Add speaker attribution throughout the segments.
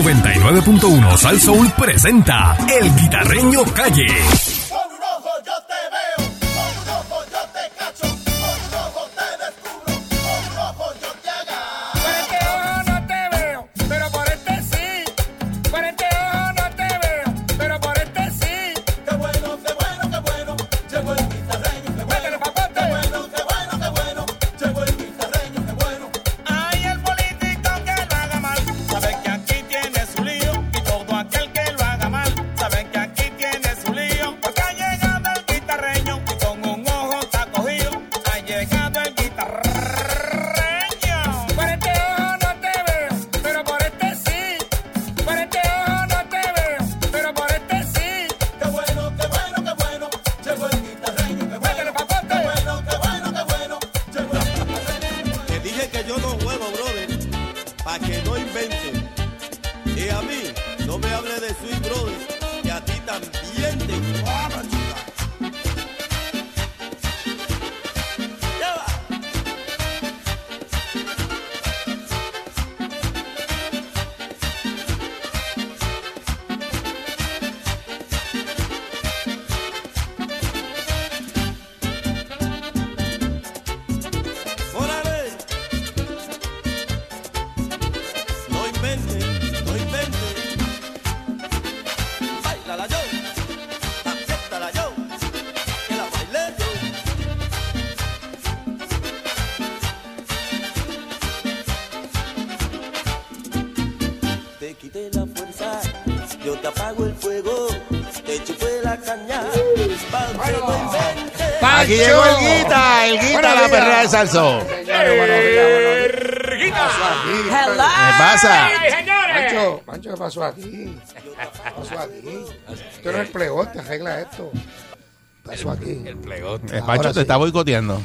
Speaker 1: 99.1 Sal Soul presenta El Guitarreño Calle.
Speaker 2: Con un ojo yo te veo, con un ojo yo te cacho, con un ojo te descubro, con un ojo yo te agarro.
Speaker 3: Por este ojo no te veo, pero por este sí. Por este ojo no te veo, pero por este sí.
Speaker 2: Qué bueno, qué bueno, qué bueno, llegó el guitarreño, qué bueno,
Speaker 3: Métele papote.
Speaker 2: qué bueno, qué bueno, qué bueno, llegó el guitarreño, qué bueno.
Speaker 3: Ay, el político que lo haga mal. Saben que aquí tiene su lío. Y todo aquel que lo haga mal. Saben que aquí tiene su lío. Porque ha llegado el guitarreño. Y con un ojo está cogido. Ha llegado el guitarreño. Por este ojo no te veo, pero por este sí. Por este ojo no te veo, pero por este sí.
Speaker 2: Qué bueno, qué bueno, qué bueno, llegó el guitarreño, qué bueno,
Speaker 3: Métele papote.
Speaker 2: qué bueno, qué bueno, qué bueno, llegó el guitarreño, qué bueno.
Speaker 4: Te dije que yo no juego, brother, pa' que no inventen. Y a mí, no me hable de Sweet Brothers, que a ti también te cuadra, chica. Lleva. Órale. No invente, no invente. Bailala yo, acéptala yo, que la bailé yo. Te quité la fuerza, yo te apago el fuego, te chupé la caña, pa' que no invente.
Speaker 5: Aquí llegó el guita, el guita, la perra de salso. ¿Qué pasa?
Speaker 6: Mancho, Mancho, ¿qué pasó aquí? ¿Qué pasó aquí? Tú eres el plegote, arregla esto. ¿Qué pasó aquí?
Speaker 5: Eh, Pancho,
Speaker 6: Ahora
Speaker 5: te
Speaker 6: sí.
Speaker 5: está boicoteando.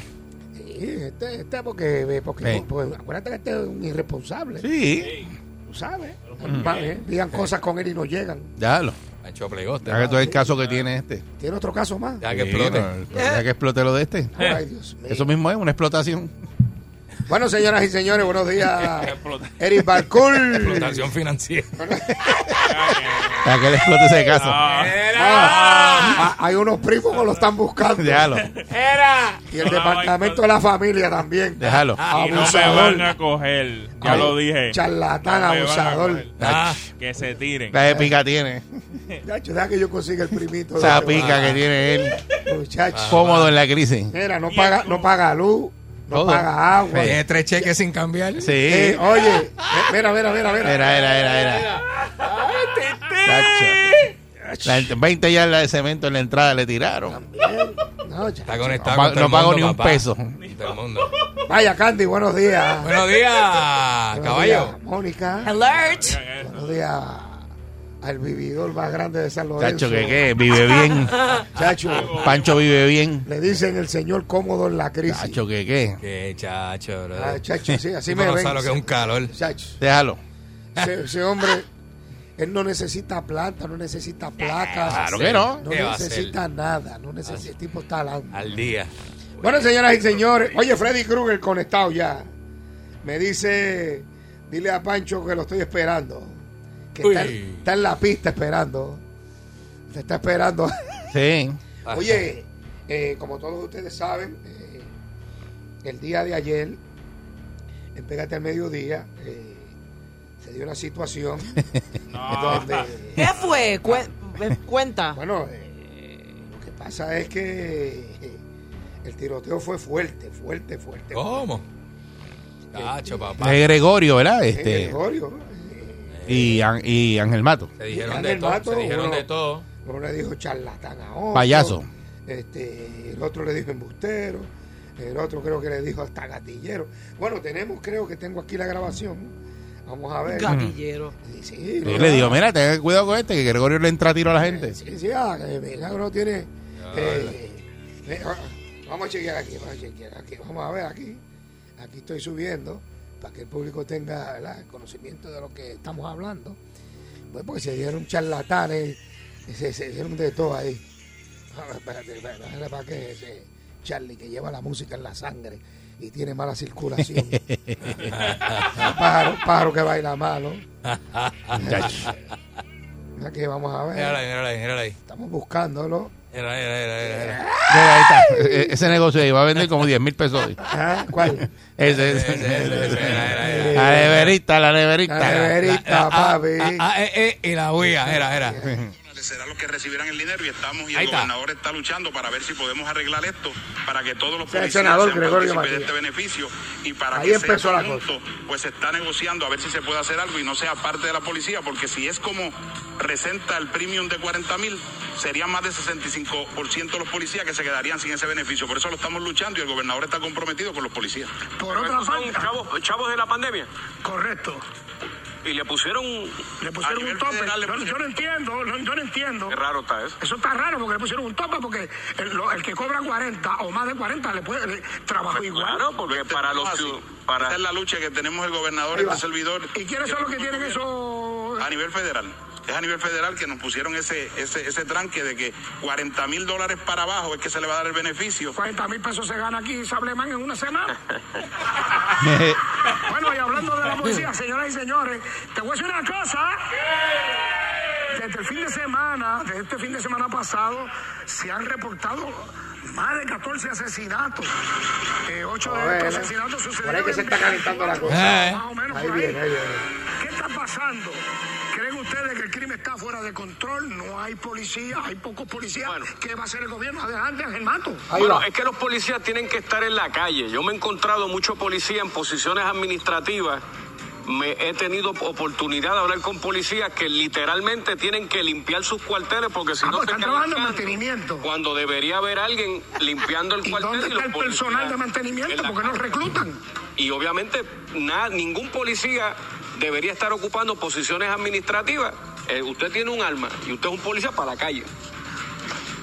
Speaker 6: Sí, Este, este porque, porque,
Speaker 5: Sí.
Speaker 6: porque- acuérdate que este es un irresponsable,
Speaker 5: Sí,
Speaker 6: tú sabes. Vale, Digan cosas con él y no llegan.
Speaker 5: ya lo.
Speaker 7: Pancho plegote.
Speaker 5: Ya que todo el caso que tiene este.
Speaker 6: Tiene otro caso más.
Speaker 7: Ya que
Speaker 5: Sí,
Speaker 7: explote.
Speaker 5: no, Ya que explote lo de este.
Speaker 6: Ay, Dios mío.
Speaker 5: Eso mismo es una explotación.
Speaker 6: Bueno, señoras y señores, buenos días. Eric Barcool.
Speaker 7: Explotación financiera.
Speaker 5: Ya que le explote ese caso.
Speaker 7: Ah.
Speaker 6: Ah, ah, hay unos primos que lo están buscando.
Speaker 5: Déjalo,
Speaker 6: Y el departamento de la familia también.
Speaker 5: déjalo.
Speaker 7: Ah.
Speaker 8: Y no me
Speaker 6: Abusador.
Speaker 8: van a coger. Ya
Speaker 6: Ay,
Speaker 8: lo dije.
Speaker 6: Charlatán,
Speaker 8: No me van a
Speaker 6: abusador.
Speaker 8: coger.
Speaker 7: Ah,
Speaker 8: Que se tiren.
Speaker 5: La de pica tiene.
Speaker 6: Muchacho, deja que yo consiga el primito. de
Speaker 7: Ah.
Speaker 5: Esa
Speaker 6: este
Speaker 5: pica que tiene él.
Speaker 6: barrio, Muchacho.
Speaker 5: Cómodo en la crisis.
Speaker 6: Mira, no paga, no paga luz, no
Speaker 5: Todo.
Speaker 6: paga agua.
Speaker 7: tiene tres cheques sin cambiar. oh.
Speaker 5: Sí.
Speaker 6: Eh, oye, eh, mira, mira, mira, mira.
Speaker 5: Era, era, era, era. Tacho.
Speaker 6: eh,
Speaker 5: La- 20 yardas de cemento en la entrada le tiraron.
Speaker 6: Bien. No, ya.
Speaker 7: Está
Speaker 5: No
Speaker 7: conectado.
Speaker 5: pa-
Speaker 7: con todo
Speaker 5: no
Speaker 7: el
Speaker 5: pago
Speaker 7: mundo,
Speaker 5: ni un
Speaker 7: papá.
Speaker 5: peso.
Speaker 7: Con todo el mundo.
Speaker 6: Vaya, Candy, buenos días.
Speaker 7: Buenos días,
Speaker 6: Buenos
Speaker 7: caballo.
Speaker 6: días, Mónica. Buenos días al vividor más grande de San Lorenzo.
Speaker 5: Chacho, que qué, vive bien.
Speaker 6: Chacho,
Speaker 5: Pancho vive bien.
Speaker 6: le dicen el señor cómodo en la crisis.
Speaker 5: Chacho, que qué.
Speaker 7: Qué chacho, bro.
Speaker 6: Ah, chacho, sí, así
Speaker 7: Tú
Speaker 6: me
Speaker 7: eh. no
Speaker 6: ven.
Speaker 7: sabes lo que es un calor.
Speaker 6: Chacho.
Speaker 5: Déjalo.
Speaker 6: ese, ese hombre, él no necesita planta, no necesita placas.
Speaker 5: Claro que no.
Speaker 6: No
Speaker 7: ¿Qué va a hacer? Ah,
Speaker 6: necesita nada, no necesita, el tipo está adelante.
Speaker 7: Al día.
Speaker 6: Bueno, señoras y señores, oye, Freddy Krueger conectado ya. Me dice, dile a Pancho que lo estoy esperando. Que está,
Speaker 7: Uy.
Speaker 6: está en la pista esperando. Te está esperando.
Speaker 5: Sí.
Speaker 6: Oye, eh, como todos ustedes saben, eh, el día de ayer, en Pégate al Mediodía, eh, se dio una situación donde
Speaker 9: ¿Qué fue? Cue- eh, cuenta.
Speaker 6: Bueno, eh, lo que pasa es que eh, el tiroteo fue fuerte, fuerte, fuerte.
Speaker 10: Oh,
Speaker 7: ¿Cómo? Chacho, papá.
Speaker 5: Es Gregorio, ¿verdad?
Speaker 6: Eh,
Speaker 5: Este,
Speaker 6: Gregorio, eh,
Speaker 5: y, An- y Ángel Mato.
Speaker 7: Se dijeron
Speaker 6: Dale
Speaker 7: de
Speaker 6: el
Speaker 7: todo.
Speaker 6: vato,
Speaker 7: Se dijeron
Speaker 6: bro.
Speaker 7: de todo.
Speaker 6: uno le dijo charlatán a otro.
Speaker 5: Payaso.
Speaker 6: Este, el otro le dijo embustero. El otro creo que le dijo hasta gatillero. Bueno, tenemos, creo que tengo aquí la grabación. Vamos a ver.
Speaker 9: Gatillero.
Speaker 6: Sí, sí,
Speaker 5: Y le digo, mira, ten cuidado con este, que Gregorio le entra a tiro a la gente.
Speaker 6: Sí, sí, ah, que Milagro tiene. eh, eh, ah, vamos a chequear aquí, vamos a chequear aquí. Vamos a ver aquí. Aquí estoy subiendo para que el público tenga ¿verdad? el conocimiento de lo que estamos hablando. Pues porque se dieron charlatanes, se, se dieron de todo ahí. Ah, Espérate, espérate, espérate, para que ese Charlie que lleva la música en la sangre y tiene mala circulación. pájaro, pájaro que baila malo.
Speaker 5: Muchacho.
Speaker 6: Ya que vamos a
Speaker 7: Mírala
Speaker 6: ver.
Speaker 7: ahí, mírala ahí, mírala ahí.
Speaker 6: Estamos buscándolo.
Speaker 7: Mírala ahí, mírala ahí, mírala ahí, mírala ahí.
Speaker 5: Mira, ahí está. E- Ese negocio ahí va a vender como 10 mil pesos hoy.
Speaker 6: ¿Ah? ¿Cuál?
Speaker 5: Ese, ese,
Speaker 7: Ese, ese, ese, mírala, mírala, mírala.
Speaker 5: La neverita, la neverita.
Speaker 6: La neverita,
Speaker 7: Ah,
Speaker 6: papi.
Speaker 7: ah, ah, eh, eh, y la huía, era, era.
Speaker 11: será los que recibirán el dinero y estamos y
Speaker 7: Ahí
Speaker 11: el
Speaker 7: está.
Speaker 11: gobernador está luchando para ver si podemos arreglar esto para que todos los
Speaker 6: Sea el
Speaker 11: policías
Speaker 6: senador
Speaker 11: sean
Speaker 6: Gregorio
Speaker 11: partícipes
Speaker 6: Matías.
Speaker 11: de este beneficio y para
Speaker 6: Ahí
Speaker 11: que
Speaker 6: empezó
Speaker 11: sea
Speaker 6: la cosa.
Speaker 11: conjunto, pues se está negociando a ver si se puede hacer algo y no sea parte de la policía porque si es como presenta el premium de 40 mil serían más de 65% de los policías que se quedarían sin ese beneficio por eso lo estamos luchando y el gobernador está comprometido con los policías
Speaker 12: Por otra falta.
Speaker 11: chavos, de la pandemia
Speaker 12: Correcto.
Speaker 11: y le pusieron
Speaker 12: Le pusieron un tope. Yo, yo no entiendo, no, yo no entiendo.
Speaker 11: raro está eso
Speaker 12: Eso está raro porque le pusieron un tope porque el, lo- el que cobra 40 o más de 40 le puede le- trabajo igual.
Speaker 11: porque para los para Esta es la lucha que tenemos el gobernador y
Speaker 6: va.
Speaker 11: el servidor
Speaker 12: ¿Y quiénes son los que tienen eso?
Speaker 11: a nivel federal. Es a nivel federal que nos pusieron ese ese, ese tranque de que 40 mil dólares para abajo es que se le va a dar el beneficio.
Speaker 12: 40 mil pesos se gana aquí Sableman en una semana. bueno, y hablando de la policía, señoras y señores, te voy a decir una cosa. Desde el fin de semana, desde este fin de semana pasado, se han reportado más de 14 asesinatos. 8
Speaker 6: A
Speaker 12: de
Speaker 6: ver,
Speaker 12: estos
Speaker 6: ¿eh?
Speaker 12: asesinatos sucedieron.
Speaker 6: Por ahí que se
Speaker 12: en
Speaker 6: está calentando la cosa.
Speaker 7: Eh,
Speaker 12: Más o menos
Speaker 6: Ahí
Speaker 12: por ahí.
Speaker 6: viene, ahí viene.
Speaker 12: ¿Qué está pasando? ¿Creen ustedes que el crimen está fuera de control? No hay policía, hay pocos policías. ¿Qué va a hacer el gobierno? Adelante, Ángel Mato.
Speaker 6: Ahí va.
Speaker 11: que los policías tienen que estar en la calle. Yo me he encontrado mucho policía en posiciones administrativas. Me he tenido oportunidad de hablar con policías que literalmente tienen que limpiar sus cuarteles porque si
Speaker 12: Ah, pues están trabajando en mantenimiento.
Speaker 11: cuando debería haber alguien limpiando el
Speaker 12: ¿Y
Speaker 11: cuartel.
Speaker 12: dónde
Speaker 11: los
Speaker 12: está el
Speaker 11: policías
Speaker 12: personal de
Speaker 11: en
Speaker 12: mantenimiento?
Speaker 11: la
Speaker 12: Porque no
Speaker 11: calle.
Speaker 12: reclutan.
Speaker 11: Y obviamente nada, ningún policía debería estar ocupando posiciones administrativas. Eh, usted tiene un arma y usted es un policía para la calle.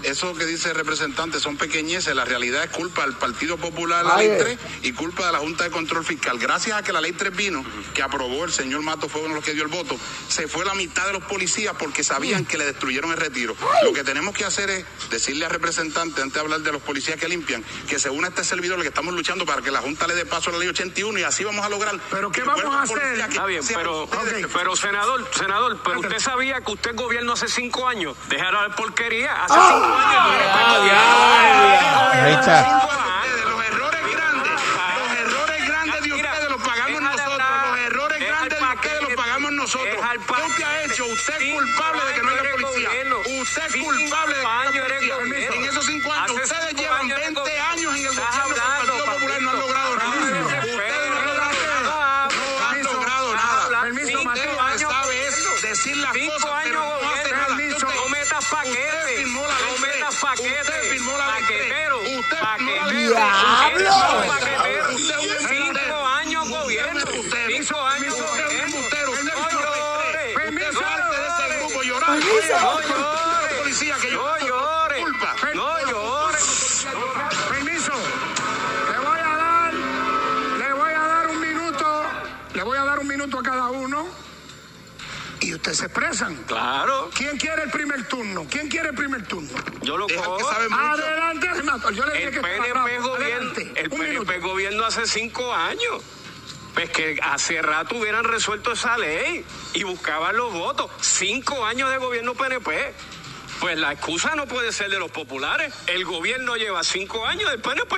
Speaker 11: Eso que dice el representante son pequeñeces. La realidad es culpa del Partido Popular, la
Speaker 6: Ay,
Speaker 11: Ley
Speaker 6: eh.
Speaker 11: 3 y culpa de la Junta de Control Fiscal. Gracias a que la Ley 3 vino, que aprobó el señor Mato, fue uno de los que dio el voto, se fue la mitad de los policías porque
Speaker 12: Mm.
Speaker 11: sabían que le destruyeron el retiro. Lo que tenemos que hacer es decirle al representante, antes de hablar de los policías que limpian, que se una a este servidor, lo que estamos luchando para que la Junta le dé paso a la Ley 81 y así vamos a lograr.
Speaker 12: Pero ¿qué
Speaker 11: que
Speaker 12: vamos
Speaker 11: vuelvan
Speaker 12: a hacer?
Speaker 11: policías que este,
Speaker 12: Está
Speaker 11: bien, pero,
Speaker 12: Ok.
Speaker 11: pero senador, senador, pero
Speaker 12: usted
Speaker 11: sabía que usted gobierno hace cinco años. Dejaron la porquería.
Speaker 12: Ah.
Speaker 11: Hace
Speaker 5: Ahí está.
Speaker 11: de los errores grandes, los errores grandes de ustedes los pagamos nosotros, los errores grandes de ustedes los pagamos nosotros. ¿Qué usted ha hecho? Usted es culpable de que no haya policía. Usted es culpable de que no haya policía. Permiso. En esos cinco años, ustedes llevan 20 años en el gobierno del Partido Popular no han logrado nada. Ustedes no han logrado nada. No han
Speaker 12: Permiso.
Speaker 11: logrado nada.
Speaker 12: Permiso,
Speaker 11: Usted lo
Speaker 12: Mateo.
Speaker 11: que sabe es decir las cosas, pero no hace nada.
Speaker 12: Permiso.
Speaker 11: Usted-
Speaker 12: No
Speaker 11: metas paquetes.
Speaker 12: firmó
Speaker 11: la no metas paquetes. Usted firmó la paquetero. Usted paquetero.
Speaker 12: ¡Diablo!
Speaker 11: Usted es un embustero.
Speaker 12: años
Speaker 11: gobierno. Cinco años Usted es un embustero. Usted es un embustero.
Speaker 12: Permiso.
Speaker 11: Usted es parte de ese grupo llorando.
Speaker 12: Permiso.
Speaker 11: Usted es policía que yo-
Speaker 12: No llore.
Speaker 11: Culpa.
Speaker 12: No llore. Permiso. Le voy a dar, le voy a dar un minuto, le voy a dar un minuto a cada uno y ustedes se expresan.
Speaker 11: Claro,
Speaker 12: ¿Quién quiere el primer turno? ¿Quién quiere el primer turno?
Speaker 11: yo lo
Speaker 12: Deja
Speaker 11: cojo.
Speaker 12: Adelante, Renato. Yo le dije
Speaker 11: El
Speaker 12: que estaba
Speaker 11: PNP,
Speaker 12: bravo.
Speaker 11: gobierno,
Speaker 12: Adelante.
Speaker 11: el
Speaker 12: Un
Speaker 11: PNP
Speaker 12: minuto.
Speaker 11: gobierno hace cinco años. Pues que hace rato hubieran resuelto esa ley y buscaban los votos. Cinco años de gobierno PNP. Pues la excusa no puede ser de los populares. El gobierno lleva cinco años del PNP.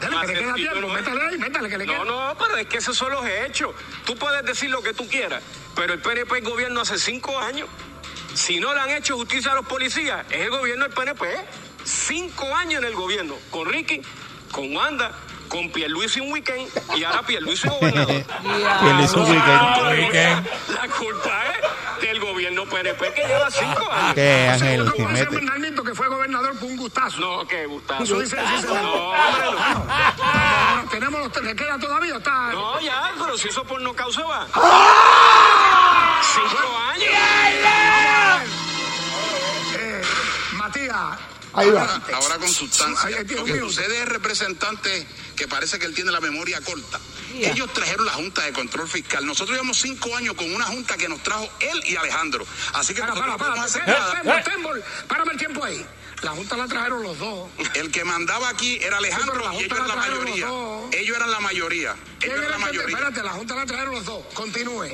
Speaker 12: Dale, que le queda
Speaker 11: Y yo
Speaker 12: tiempo.
Speaker 11: no-
Speaker 12: Métale ahí, métale que le queda.
Speaker 11: No, no, pero es que esos son los hechos. Tú puedes decir lo que tú quieras, pero el PNP es gobierno hace cinco años. Si no le han hecho justicia a los policías, es el gobierno del PNP. Cinco años en el gobierno, con Ricky, con Wanda, con Pierluisi un weekend y ahora Pierluisi gobernador.
Speaker 5: Él hizo un weekend.
Speaker 7: Weekend.
Speaker 11: La culpa es del gobierno PNP que lleva cinco años.
Speaker 5: ¿Qué, Ángel
Speaker 12: Segundo, Juan
Speaker 5: Jiménez?
Speaker 12: Fernandito, que fue gobernador por un gustazo.
Speaker 11: No, que Gustavo.
Speaker 12: Eso dice- eso dice-
Speaker 11: No, hombre, no.
Speaker 12: Bueno, tenemos los tres, ¿le queda todavía? o Está...
Speaker 11: No, ya, pero si eso por no causa va.
Speaker 12: ¡Ah!
Speaker 11: Cinco años.
Speaker 12: Eh, Matías,
Speaker 6: Ahí va.
Speaker 11: Ahora- Ahora con
Speaker 12: Ahí,
Speaker 11: sustancia.
Speaker 12: ahí tiene
Speaker 11: Lo
Speaker 12: un
Speaker 11: que
Speaker 12: minuto.
Speaker 11: sucede es representante que parece que él tiene la memoria corta.
Speaker 12: Ya.
Speaker 11: Ellos trajeron la Junta de Control Fiscal. Nosotros llevamos cinco años con una junta que nos trajo él y Alejandro. Así que
Speaker 12: Para,
Speaker 11: nosotros
Speaker 12: para,
Speaker 11: no
Speaker 12: para.
Speaker 11: podemos hacer
Speaker 12: Tembol,
Speaker 11: nada.
Speaker 12: Tembol, Tembol, párame el tiempo ahí. La Junta la trajeron los dos.
Speaker 11: El que mandaba aquí era
Speaker 12: Sí, pero
Speaker 11: Alejandro
Speaker 12: la
Speaker 11: y ellos
Speaker 12: Junta
Speaker 11: eran la
Speaker 12: la trajeron
Speaker 11: mayoría.
Speaker 12: los
Speaker 11: Ellos eran la mayoría.
Speaker 12: ¿Quién
Speaker 11: Ellos eran
Speaker 12: era
Speaker 11: la
Speaker 12: el que-
Speaker 11: mayoría.
Speaker 12: Espérate, la Junta la trajeron los dos. Continúe.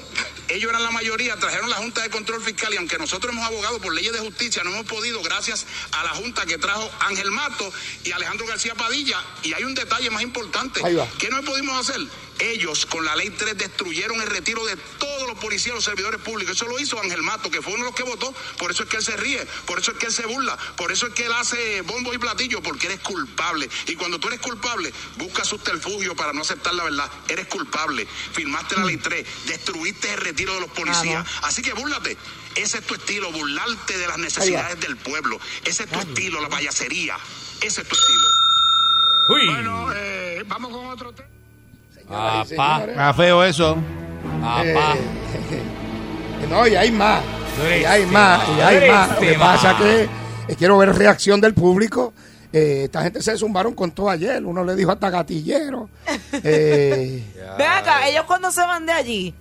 Speaker 11: Ellos eran la mayoría, trajeron la Junta de Control Fiscal y aunque nosotros hemos abogado por leyes de justicia, no hemos podido gracias a la Junta que trajo Ángel Mato y Alejandro García Padilla. Y hay un detalle más importante.
Speaker 6: Ahí va.
Speaker 11: ¿Qué no pudimos hacer? Ellos con la ley 3 destruyeron el retiro de todos los policías y los servidores públicos. Eso lo hizo Ángel Mato, que fue uno de los que votó. Por eso es que él se ríe, por eso es que él se burla, por eso es que él hace bombo y platillo, porque eres culpable. Y cuando tú eres culpable, buscas subterfugio para no aceptar la verdad. Eres culpable. Firmaste la ley 3, destruiste el retiro de los policías. Así que búrlate. Ese es tu estilo, burlarte de las necesidades del pueblo. Ese es tu estilo, la payasería. Ese es tu estilo.
Speaker 12: Bueno, eh, vamos con otro tema.
Speaker 7: Papá.
Speaker 5: Está feo eso.
Speaker 7: Papá.
Speaker 6: Eh, No, y hay más.
Speaker 7: Tú
Speaker 6: Y
Speaker 7: eres este
Speaker 6: hay más, y hay
Speaker 7: tema,
Speaker 6: más. Lo que
Speaker 7: tema.
Speaker 6: pasa que eh, quiero ver reacción del público. Eh, esta gente se zumbaron con todo ayer. Uno le dijo hasta gatillero. Eh,
Speaker 9: Ve acá, ellos cuando se van de allí,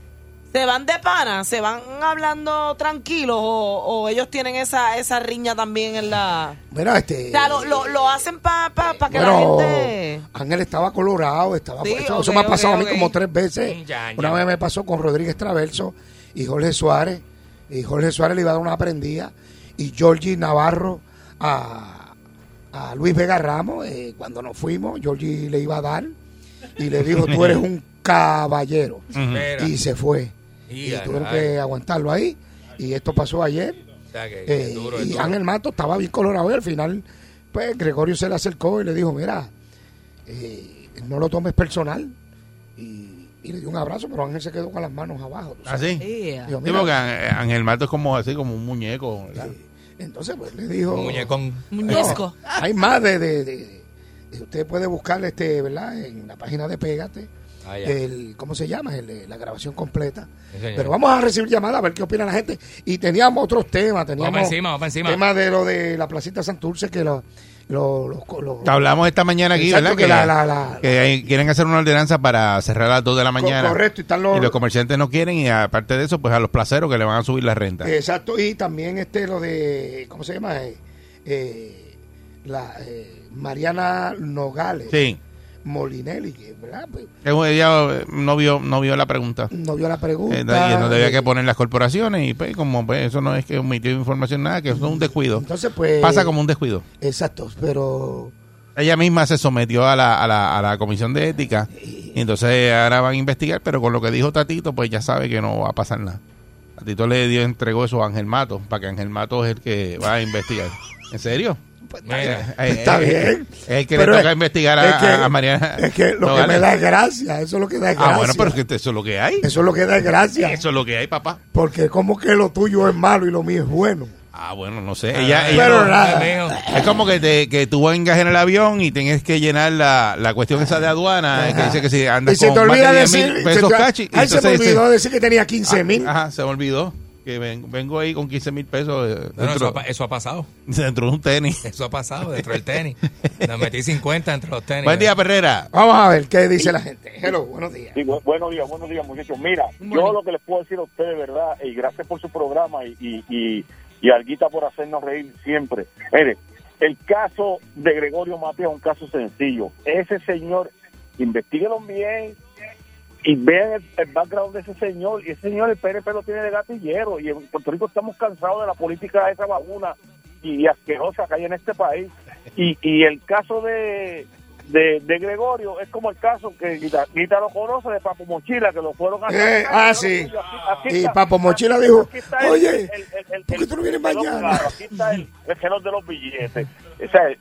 Speaker 9: ¿se van de pana? ¿Se van hablando tranquilos o, o ellos tienen esa, esa riña también en la...
Speaker 6: mira,
Speaker 9: O
Speaker 6: este.
Speaker 9: sea, lo, lo, lo hacen para pa, pa que
Speaker 6: Bueno,
Speaker 9: la gente...
Speaker 6: Ángel estaba colorado, estaba
Speaker 9: Sí,
Speaker 6: eso,
Speaker 9: ok,
Speaker 6: eso me ha
Speaker 9: ok,
Speaker 6: pasado a
Speaker 9: ok. Mm,
Speaker 6: mí como tres veces.
Speaker 7: Ya, ya.
Speaker 6: Una vez me pasó con Rodríguez Traverso y Jorge Suárez. Y Jorge Suárez le iba a dar una prendida. Y Georgie Navarro a, a Luis Vega Ramos, eh, cuando nos fuimos, Georgie le iba a dar y le dijo, tú eres un caballero.
Speaker 7: Espera.
Speaker 6: Y se fue. Y
Speaker 7: Y
Speaker 6: tuvieron
Speaker 7: ay,
Speaker 6: que aguantarlo ahí. Y esto pasó ayer.
Speaker 7: o sea, que- que
Speaker 6: Eh,
Speaker 7: duro, es
Speaker 6: y
Speaker 7: duro.
Speaker 6: Ángel Mato estaba bien colorado y al final, pues Gregorio se le acercó y le dijo, mira, eh, no lo tomes personal. Y, y le dio un abrazo, pero Ángel se quedó con las manos abajo.
Speaker 7: ¿Ah,
Speaker 6: tú sabes.
Speaker 5: Así.
Speaker 9: Yeah.
Speaker 6: Dijo,
Speaker 5: ¿Ah, Sí,
Speaker 6: "Mira". eh",
Speaker 5: porque Á- Ángel Mato es como así, como un muñeco. ¿verdad?
Speaker 6: Entonces, pues le dijo...
Speaker 7: Un muñecón.
Speaker 6: "No,
Speaker 9: Muñezco.
Speaker 6: hay más de... de- de- de- usted puede buscar, este, ¿verdad? En la página de Pégate.
Speaker 7: Ah, ya.
Speaker 6: El, ¿Cómo se llama? El, eh, la grabación completa.
Speaker 7: Sí, señor.
Speaker 6: Pero vamos a recibir llamadas a ver qué opina la gente. Y teníamos otros temas. Teníamos
Speaker 7: Vamos encima, vamos encima.
Speaker 6: Tema de lo de la placita Santurce, que lo, lo, lo- lo-
Speaker 5: Te Hablamos esta mañana aquí,
Speaker 6: Exacto,
Speaker 5: ¿verdad?
Speaker 6: que la- la- la-
Speaker 5: que hay- quieren hacer una ordenanza para cerrar a las 2 de la
Speaker 6: co-
Speaker 5: mañana.
Speaker 6: correcto. Y están los,
Speaker 5: Y los comerciantes no quieren, y aparte de eso, pues a los placeros que le van a subir la renta.
Speaker 6: exacto. Y también este lo de, ¿cómo se llama? Eh, eh, la eh, Mariana Nogales
Speaker 5: Sí.
Speaker 6: Molinelli, que ¿verdad? Pues,
Speaker 5: Ella eh, no vio, no vio la pregunta.
Speaker 6: no vio la pregunta.
Speaker 5: Eh, da- y es donde había que
Speaker 6: Eh,
Speaker 5: poner las corporaciones y pues como pues, eso no es que omitió información nada, que eso es un descuido.
Speaker 6: Entonces, pues.
Speaker 5: Pasa como un descuido.
Speaker 6: Exacto, pero.
Speaker 5: Ella misma se sometió a la, a la, a la comisión de ética y entonces ahora van a investigar, pero con lo que dijo Tatito, pues ya sabe que no va a pasar nada. Tatito le dio, entregó eso a Ángel Mato, para que Ángel Mato es el que va a investigar. ¿En serio?
Speaker 7: Mira.
Speaker 5: Eh, eh,
Speaker 6: Pues, Está
Speaker 5: eh,
Speaker 6: bien.
Speaker 5: Es el que
Speaker 6: Pero
Speaker 5: le toca
Speaker 6: es-
Speaker 5: investigar a,
Speaker 6: es que-
Speaker 5: a- a Mariana.
Speaker 6: Es que lo que
Speaker 5: Nogales.
Speaker 6: me da es gracia, eso es lo que da es gracia.
Speaker 5: Ah, bueno, pero es que eso es lo que hay.
Speaker 6: Eso es lo que da es gracia.
Speaker 5: Eso es lo que hay, papá.
Speaker 6: Porque como que lo tuyo es malo y lo mío es bueno.
Speaker 5: Ah, bueno, no sé. Ella, ella
Speaker 6: Pero
Speaker 5: no-
Speaker 6: nada.
Speaker 5: Es como que, te, que tú vengas en el avión y tienes que llenar la, la cuestión esa de aduana, que dice que si andas
Speaker 6: Y se
Speaker 5: con
Speaker 6: te
Speaker 5: más
Speaker 6: olvida
Speaker 5: de
Speaker 6: decir.
Speaker 5: 10.000
Speaker 6: se
Speaker 5: pesos
Speaker 6: te-
Speaker 5: cachi. y
Speaker 6: ay, se me
Speaker 5: entonces dice, Ah,
Speaker 6: olvidó decir que tenía 15 mil.
Speaker 5: Ajá, se me olvidó. Que ven- vengo ahí con 15 mil pesos eh,
Speaker 7: No, no, eso, ha,
Speaker 5: dentro,
Speaker 7: pa- eso ha pasado.
Speaker 5: dentro de un tenis.
Speaker 7: Eso ha pasado dentro del tenis. Nos metí 50 entre los tenis. eh.
Speaker 5: Buen día, Perrera.
Speaker 6: Vamos a ver qué dice la gente. Hello, buenos días.
Speaker 10: Sí, bu- buenos días, buenos días, muchachos. Mira, yo lo que les puedo decir a ustedes, ¿verdad? Y gracias por su programa y, y, y, y Alguita por hacernos reír siempre. Mire, el caso de Gregorio Matías es un caso sencillo. Ese señor, investiguenlo bien y vean el, el background de ese señor. Y ese señor, el PNP lo tiene de gatillero. Y en Puerto Rico estamos cansados de la política de esa vaguna y asquerosa que hay en este país. Y, y el caso de, de, de Gregorio es como el caso que Guita Guita lo conoce de Papo Mochila, que lo fueron a...
Speaker 6: Eh, ah, sí.
Speaker 10: Aquí- aquí
Speaker 6: Y
Speaker 10: está-
Speaker 6: Papo Mochila dijo,
Speaker 10: aquí está el-
Speaker 6: oye,
Speaker 10: el- el- el-
Speaker 6: ¿por qué tú no
Speaker 10: el-
Speaker 6: vienes
Speaker 10: el reloj
Speaker 6: mañana?
Speaker 10: caro, Aquí está el, el reloj de los billetes. O sea, en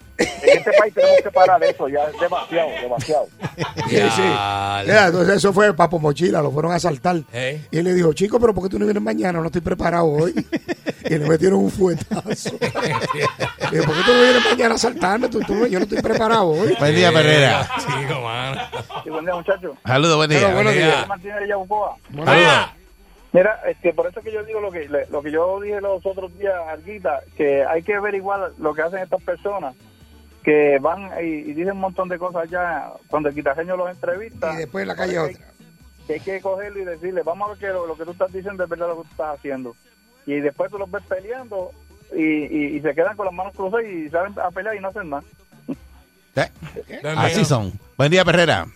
Speaker 10: este país tenemos que parar eso ya, es demasiado, demasiado.
Speaker 6: Sí, sí.
Speaker 7: Ya,
Speaker 6: Mira, entonces eso fue Papo Mochila, lo fueron a asaltar.
Speaker 7: Hey.
Speaker 6: Y él le dijo, chico, pero ¿por qué tú no vienes mañana? No estoy preparado hoy. y le metieron un fuetazo. Le dijo, ¿por qué tú no vienes mañana a asaltarme? Tú- tú- yo no estoy preparado hoy.
Speaker 5: Buen día, Perrera.
Speaker 7: Chico, mano.
Speaker 10: Sí, buen día, muchachos.
Speaker 5: Saludos, buen día.
Speaker 6: Pero buenos días.
Speaker 10: Martínez de Yabucoa.
Speaker 6: Bueno,
Speaker 10: Mira, este, por eso que yo digo lo que le- lo que yo dije los otros días, Arguita, que hay que averiguar lo que hacen estas personas que van y, y dicen un montón de cosas allá cuando el guitarreño los entrevista. Y después
Speaker 6: en la calle otra.
Speaker 10: Que hay que cogerlo y decirle, vamos a ver que lo, lo que tú estás diciendo es verdad lo que tú estás haciendo. Y después tú los ves peleando y, y- y se quedan con las manos cruzadas y salen a pelear y no hacen nada.
Speaker 5: ¿Eh? Así son. Buen día, Perrera.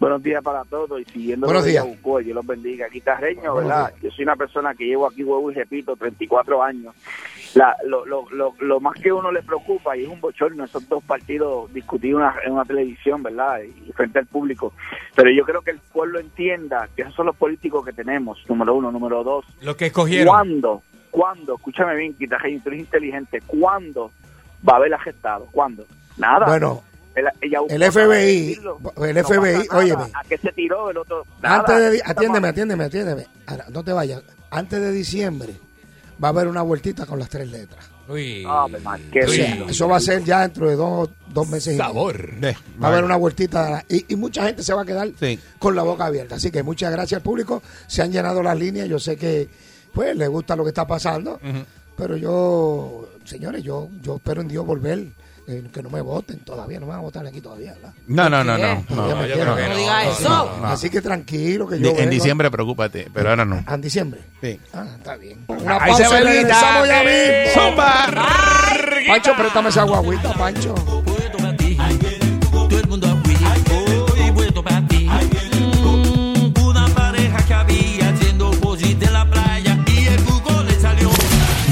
Speaker 13: Buenos días para todos y siguiendo
Speaker 5: Buenos
Speaker 13: lo que
Speaker 5: días.
Speaker 13: dijo Bucoy, Dios los bendiga. Guitarreño,
Speaker 5: Buenos
Speaker 13: ¿verdad? Yo soy una persona que llevo aquí, huevo y repito, 34 años. La- lo, lo- lo- lo más que uno le preocupa, y es un bochorno, esos dos partidos discutidos en una- en una televisión, ¿verdad? Y frente al público. Pero yo creo que el pueblo entienda que esos son los políticos que tenemos, número uno. Número dos,
Speaker 7: Los que escogieron.
Speaker 13: ¿Cuándo? ¿Cuándo? Escúchame bien, Guitarreño, tú eres inteligente. ¿Cuándo va a haber arrestado? ¿Cuándo? Nada.
Speaker 6: Bueno,
Speaker 13: El, ella buscó
Speaker 6: El FBI,
Speaker 13: decirlo.
Speaker 6: el
Speaker 13: No pasa
Speaker 6: FBI,
Speaker 13: nada.
Speaker 6: óyeme.
Speaker 13: ¿A qué se tiró el otro? Nada.
Speaker 6: Antes de, di-
Speaker 13: Estamos-
Speaker 6: atiéndeme, atiéndeme, atiéndeme. Ahora, no te vayas. Antes de diciembre va a haber una vueltita con las tres letras.
Speaker 7: Uy.
Speaker 13: qué
Speaker 6: O sea,
Speaker 13: rico.
Speaker 6: eso va a ser ya dentro de dos, dos meses. y medio.
Speaker 5: Eh,
Speaker 6: Va a haber una vueltita y, y mucha gente se va a quedar con la boca abierta. Así que muchas gracias al público. Se han llenado las líneas. Yo sé que pues les gusta lo que está pasando. Pero yo, señores, yo, yo espero en Dios volver. eh, que no me voten todavía. No me van a votar aquí todavía. ¿verdad?
Speaker 5: No, no, no,
Speaker 6: ¿Qué?
Speaker 5: no.
Speaker 6: Todavía me quieren. Así que tranquilo que yo
Speaker 5: Di- En
Speaker 6: vengo.
Speaker 5: diciembre, preocúpate, pero ahora no.
Speaker 6: En diciembre.
Speaker 5: Sí.
Speaker 6: Ah, está bien.
Speaker 5: Una
Speaker 6: Ahí se
Speaker 5: pausa
Speaker 6: va
Speaker 5: y
Speaker 6: el
Speaker 5: regresamos ya
Speaker 6: guitarra.
Speaker 5: mismo.
Speaker 6: Pancho, préstame esa guaguita, Pancho.
Speaker 14: Mm, Una pareja que había haciendo posis de la playa y el cuco le salió.